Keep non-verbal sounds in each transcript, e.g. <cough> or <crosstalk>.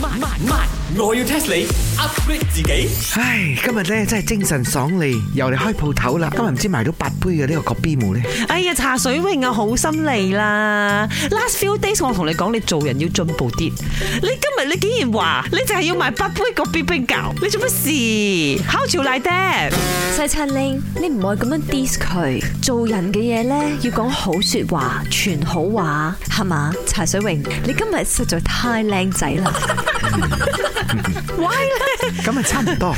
慢慢慢，我要 test 你 upgrade 自己。唉，今日咧真係精神爽利，由你開鋪頭啦！今日唔知賣到八杯嘅呢個葛 B 姆 <laughs> 咧，哎呀，茶水榮啊，好心嚟啦！Last few days 我同你講，你做人要進步啲。你今日你竟然話你就係要買八杯個冰冰教，你做乜事？How to like that？細陳令，你唔可以咁樣 diss 佢。做人嘅嘢咧，要講好說話，傳好話，係嘛？茶水榮，你今日實在太靚仔啦！咁啊差唔多。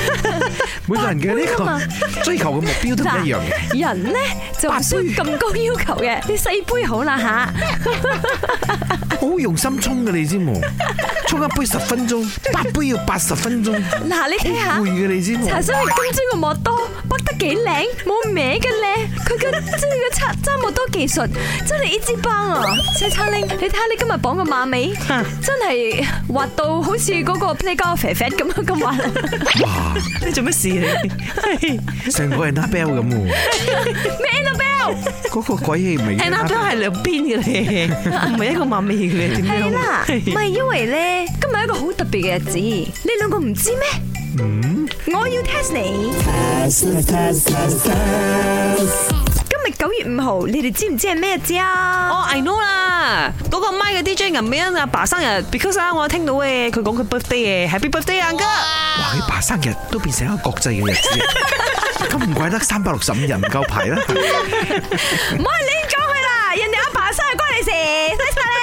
每個人嘅呢個追求嘅目標都唔一樣嘅。人咧就唔需要咁高要求嘅，你細杯好啦吓。好用心沖嘅你知冇？沖一杯十分鐘，八杯要八十分鐘，嗱，你睇下攰。嘅你知茶冇？水榮今朝個莫多北得幾靚，冇歪嘅咧。佢嘅即係個擦揸莫多技術，真係一支棒啊！細叉拎，你睇下你今日綁個馬尾，真係滑到好似嗰個 playgirl 肥肥咁樣咁滑。啊哇！你做乜事 <laughs> 你？成個人 Annabelle 咁喎，咩 Annabelle？嗰個鬼氣味。 a n n a b 係兩邊嘅咧，唔係一個馬尾嘅咧，點樣？係啦，唔啊係因為咧，今日係一個好特別嘅日子，你兩個唔知咩？我要 test 你。今日九月五號，你哋知唔知係咩日子啊？哦、i know 啦，嗰、個麥嘅 DJ 銀美欣阿爸生日，because 啊，我聽到嘅，佢講佢 birthday 嘅，Happy birthday 啊，哥！哇！佢爸生日都變成一個國際嘅日子，咁唔怪得三百六十五人唔夠排啦。 <laughs> 唔好亂講佢啦，人哋阿爸生日關你事，使晒令。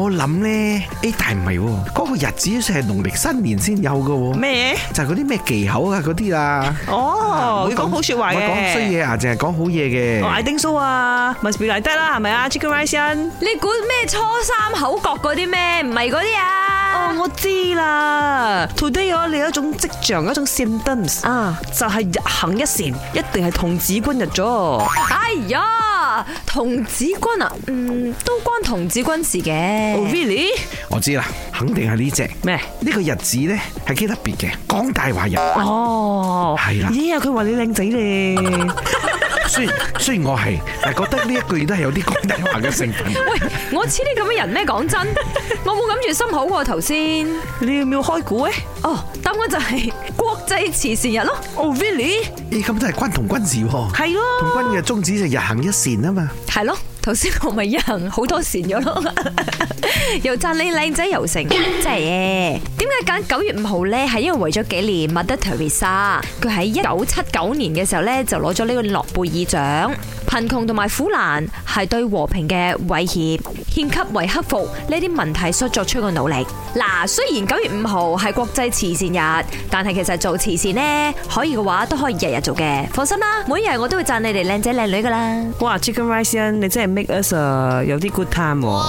我諗咧，誒，但係唔係喎，嗰、個日子先係農曆新年先有嘅喎，咩？就係嗰啲咩忌口啊嗰啲啦。哦，要講好説話唔嘅，係講衰嘢啊，淨係講好嘢哦嘅。Ờ, ，I think so 啊，must be like that 啦，係咪啊，Chicken Rice 欣？你估咩初三口角嗰啲咩？唔係嗰啲啊。哦，我知啦，today 我哋有一種跡象，有一種 symptoms 啊就係日行一善，一定係童子軍日咗。哎呀，童子軍啊，嗯，都關童子軍事嘅。 Oh really？我知啦，肯定係呢只。咩？呢個日子咧係幾特別嘅，講大話人。哦，係啦咦啊，佢話你靚仔咧，雖然雖然我係，但係覺得呢一句都係有啲講大話嘅成分。喂，我似你咁嘅人咩？講真，我冇諗住心口喎頭先。你要唔要開估咧哦，答案就係國際慈善日咯。 ？Oh really？咦，咁真係關童軍事喎。係童咯，軍嘅宗旨就日行一善啊嘛。係咯，頭先我咪一行好多善咗咯， <laughs> 又讚你靚仔又成，真係嘅。點解揀九月五號呢？係因為為咗紀念 Mother Teresa，佢喺一九七九年嘅時候呢，就攞咗呢個諾貝爾獎。貧窮同埋苦難係對和平嘅威脅，獻給為克服呢啲問題所作出嘅努力。嗱，雖然九月五號係國際慈善日，但係其實做慈善呢，可以嘅話都可以日日做嘅。放心啦，每一日我都會讚你哋靚仔靚女噶啦。哇，Chicken Rice 欣，你真係 make us 啊有啲 good time 喎。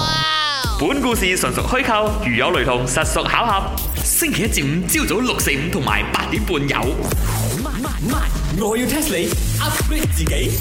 本故事純屬虛構，如有雷同，實屬巧合。星期一至五朝早六四五同埋八點半有。慢慢慢，我要 test 你 upgrade 自己。